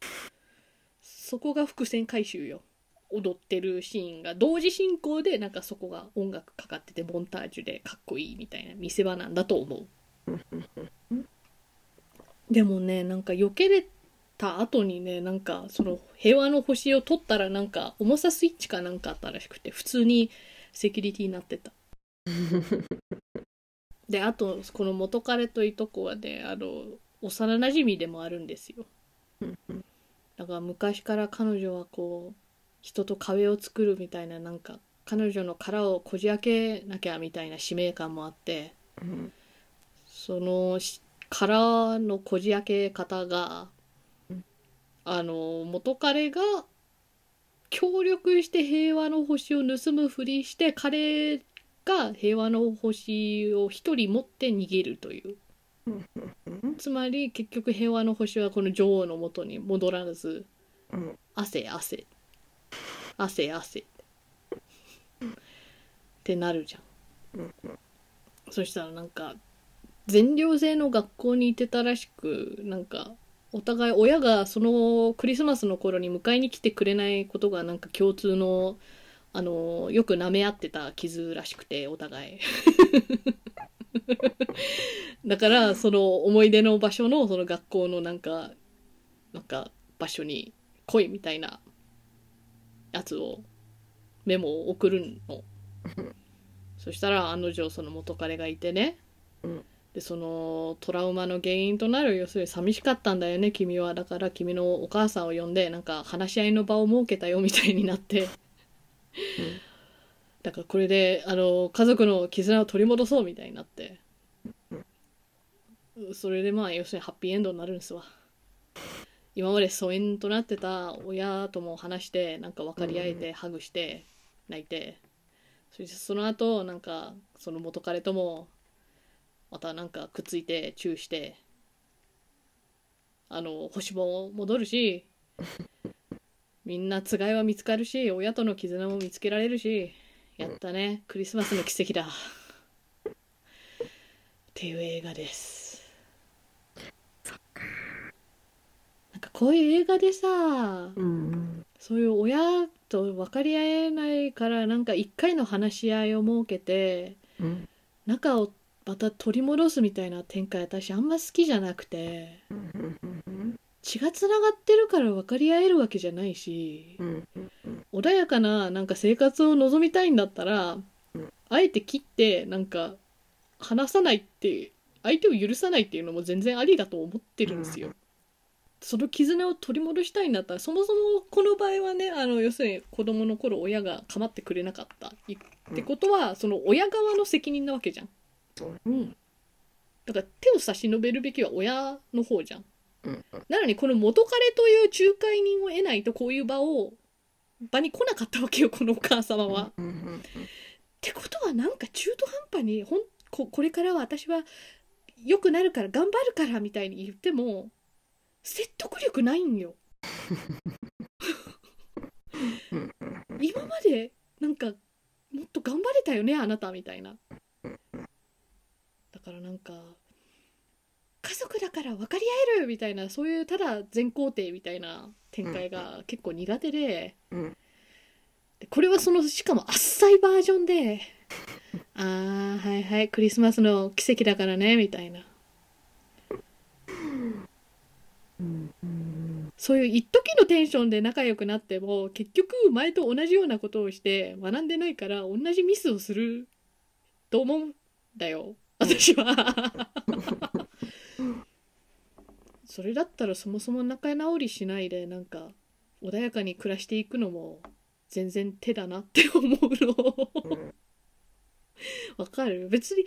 Speaker 1: そこが伏線回収よ踊ってるシーンが同時進行でなんかそこが音楽かかっててモンタージュでかっこいいみたいな見せ場なんだと思うでもねなんか避けれた後にねなんかその平和の星を取ったらなんか重さスイッチかなんかあったらしくて普通にセキュリティになってたであとこの元彼といとこはねあの幼なじみでもあるんですよ
Speaker 2: うんうん
Speaker 1: だから昔から彼女はこう人と壁を作るみたいななんか彼女の殻をこじ開けなきゃみたいな使命感もあって
Speaker 2: うん
Speaker 1: そのし殻のこじ開け方が
Speaker 2: うん
Speaker 1: あの元彼が協力して平和の星を盗むふりして彼が平和の星を一人持って逃げるという
Speaker 2: うんうん
Speaker 1: つまり結局平和の星はこの女王のもとに戻らず
Speaker 2: うん
Speaker 1: 汗汗汗汗ってなるじゃん、
Speaker 2: うん
Speaker 1: そしたらなんか全寮制の学校に行ってたらしくなんかお互い親がそのクリスマスの頃に迎えに来てくれないことがなんか共通のあのよく舐め合ってた傷らしくてお互い <laughs> だからその思い出の場所のその学校のなんかなんか場所に来いみたいなやつをメモを送るの
Speaker 2: うん
Speaker 1: そしたら案の定その元彼がいてね、
Speaker 2: うん
Speaker 1: でそのトラウマの原因となる要するに寂しかったんだよね君はだから君のお母さんを呼んでなんか話し合いの場を設けたよみたいになってだからこれであの家族の絆を取り戻そうみたいになってそれでまあ要するにハッピーエンドになるんですわ今まで疎遠となってた親とも話してなんか分かり合えてハグして泣いてそしてその後なんかその元彼ともまたなんかくっついてチューしてあの星も戻るしみんなつがいは見つかるし親との絆も見つけられるしやったねクリスマスの奇跡だっていう映画ですなんかこういう映画でさ
Speaker 2: うん
Speaker 1: そういう親と分かり合えないからなんか一回の話し合いを設けて
Speaker 2: うん
Speaker 1: 仲をまた取り戻すみたいな展開私あんま好きじゃなくて
Speaker 2: うんうん
Speaker 1: 血がつながってるから分かり合えるわけじゃないし
Speaker 2: うん
Speaker 1: 穏やかななんか生活を望みたいんだったら、
Speaker 2: うん
Speaker 1: あえて切ってなんか話さないって相手を許さないっていうのも全然ありだと思ってるんですよ。
Speaker 2: う
Speaker 1: その絆を取り戻したいんだったらそもそもこの場合はねあの要するに子供の頃親が構ってくれなかったってことは、その親側の責任なわけじゃん
Speaker 2: そうだね
Speaker 1: だから手を差し伸べるべきは親の方じゃん
Speaker 2: うん
Speaker 1: なのにこの元彼という仲介人を得ないとこういう場を場に来なかったわけよこのお母様は、っ
Speaker 2: うんうん
Speaker 1: てことはなんか中途半端にほんここれからは私は良くなるから頑張るからみたいに言っても説得力ないんよ
Speaker 2: うん
Speaker 1: 今までなんかもっと頑張れたよねあなたみたいなだからなんか家族だから分かり合えるみたいなそういうただ全肯定みたいな展開が結構苦手で
Speaker 2: うん
Speaker 1: でこれはそのしかもあっさいバージョンで「あーはいはいクリスマスの奇跡だからね」みたいな
Speaker 2: うんうん
Speaker 1: そういう一時のテンションで仲良くなっても結局前と同じようなことをして学んでないから同じミスをすると思うんだよ私はそれだったらそもそも仲直りしないでなんか穏やかに暮らしていくのも全然手だなって思うの
Speaker 2: うん
Speaker 1: わかる別に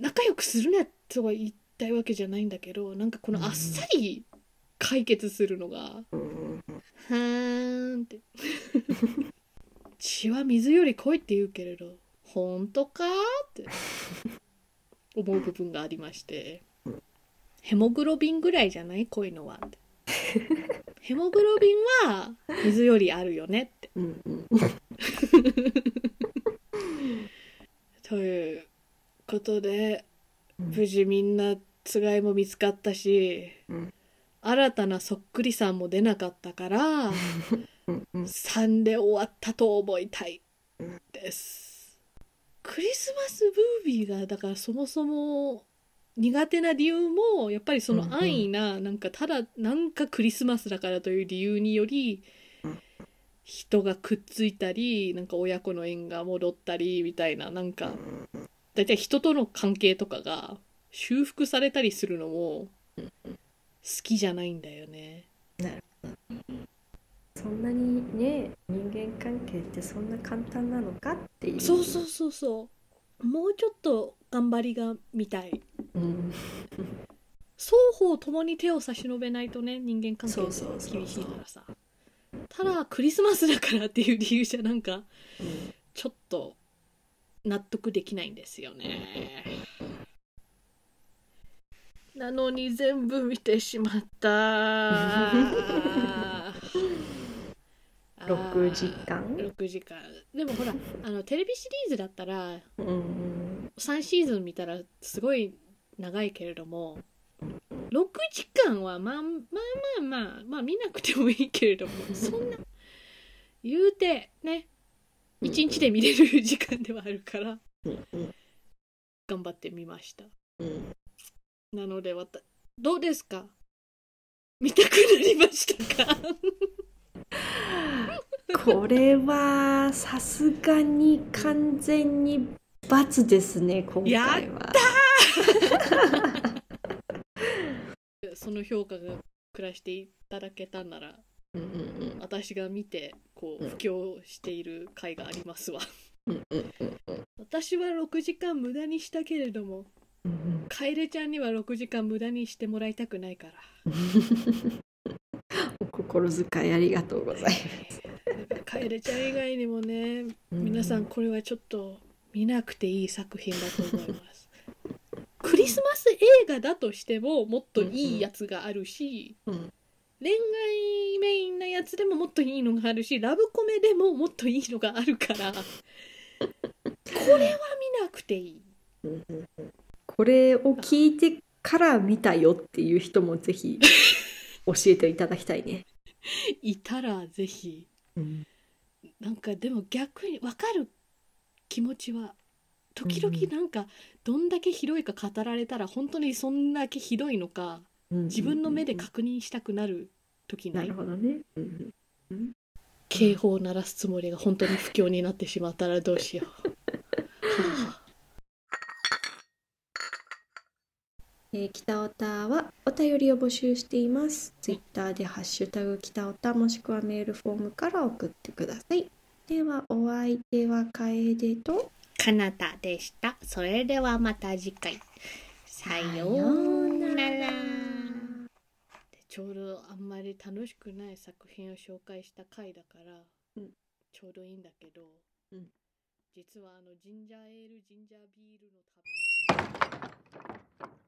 Speaker 1: 仲良くするねとは言いたいわけじゃないんだけどなんかこのあっさり解決するのが
Speaker 2: うん
Speaker 1: はーんって血は水より濃いって言うけれど本当かって思う部分がありましてヘモグロビンぐらいじゃない濃いのはってヘモグロビンは水よりあるよねって
Speaker 2: うんうん
Speaker 1: ということで
Speaker 2: うん
Speaker 1: 無事みんなつがいも見つかったし、
Speaker 2: うん
Speaker 1: 新たなそっくりさんも出なかったから。
Speaker 2: うんうん
Speaker 1: 3で終わったと思いたい
Speaker 2: うん
Speaker 1: ですクリスマスムービーがだからそもそも苦手な理由もやっぱりそ
Speaker 2: うんうん
Speaker 1: の安易ななんかただなんかクリスマスだからという理由により
Speaker 2: うん
Speaker 1: 人がくっついたりなんか親子の縁が戻ったりみたいななんか大体人との関係とかが修復されたりするのも
Speaker 2: うん
Speaker 1: 好きじゃないんだよね。
Speaker 2: そんなにね人間関係ってそんな簡単なのかっていう
Speaker 1: そうそうそうそうもうちょっと頑張りが見たい
Speaker 2: うん
Speaker 1: 双方ともに手を差し伸べないとね人間関係
Speaker 2: そうそうそう
Speaker 1: って
Speaker 2: そ
Speaker 1: 厳し
Speaker 2: う
Speaker 1: いからさただクリスマスだからっていう理由じゃなんかちょっと納得できないんですよねなのに全部見てしまった
Speaker 2: <laughs> 6時間
Speaker 1: 6時間でもほらあのテレビシリーズだったら
Speaker 2: うん
Speaker 1: 3シーズン見たらすごい長いけれども6時間はまあまあまあまあまあ見なくてもいいけれどもそんな言うてね1日で見れる時間ではあるから
Speaker 2: うんうん
Speaker 1: 頑張ってみました。
Speaker 3: うん
Speaker 1: なのでわたどうですか見たくなりましたか <laughs>
Speaker 2: これはさすがに完全に罰ですね今回は
Speaker 1: やその評価が暮らしていただけたんなら
Speaker 3: うんうん
Speaker 1: 私が見てこう
Speaker 3: うん
Speaker 1: 布教している回がありますわ
Speaker 3: うんうんうんうん
Speaker 1: 私は6時間無駄にしたけれども
Speaker 3: うん
Speaker 1: 楓ちゃんには6時間無駄にしてもらいたくないから
Speaker 3: お心遣いありがとうございます。
Speaker 1: 楓ちゃん以外にもね皆さんこれはちょっと見なくていい作品だと思います。クリスマス映画だとしてももっといいやつがあるし、
Speaker 3: うんうん
Speaker 1: 恋愛メインなやつでももっといいのがあるしラブコメでももっといいのがあるからこれは見なくていい。
Speaker 3: うんうん
Speaker 2: これを聞いてから見たよっていう人も
Speaker 1: <laughs>
Speaker 2: ぜひ教えていただきたいね
Speaker 1: いたらぜひ
Speaker 3: うん
Speaker 1: なんかでも逆に分かる気持ちは時々なんかどんだけひどいか語られたら本当にそんだけひどいのか。
Speaker 3: うん
Speaker 1: 自分の目で確認したくなる時
Speaker 3: な
Speaker 1: な
Speaker 3: る
Speaker 1: い
Speaker 3: ほどね。うん
Speaker 1: 警報を鳴らすつもりが本当に不況になってしまったらどうしよ <laughs> う。は
Speaker 2: えー、北おたはお便りを募集しています。ツイッターでハッシュタグ北おたもしくはメールフォームから送ってください。ではお相手は楓と
Speaker 1: あ、かなたでした。それではまた次回。さようなら。ちょうどあんまり楽しくない作品を紹介した回だから、
Speaker 3: うん
Speaker 1: ちょうどいいんだけど、
Speaker 3: うん
Speaker 1: 実はあのジンジャーエールジンジャービールの旅。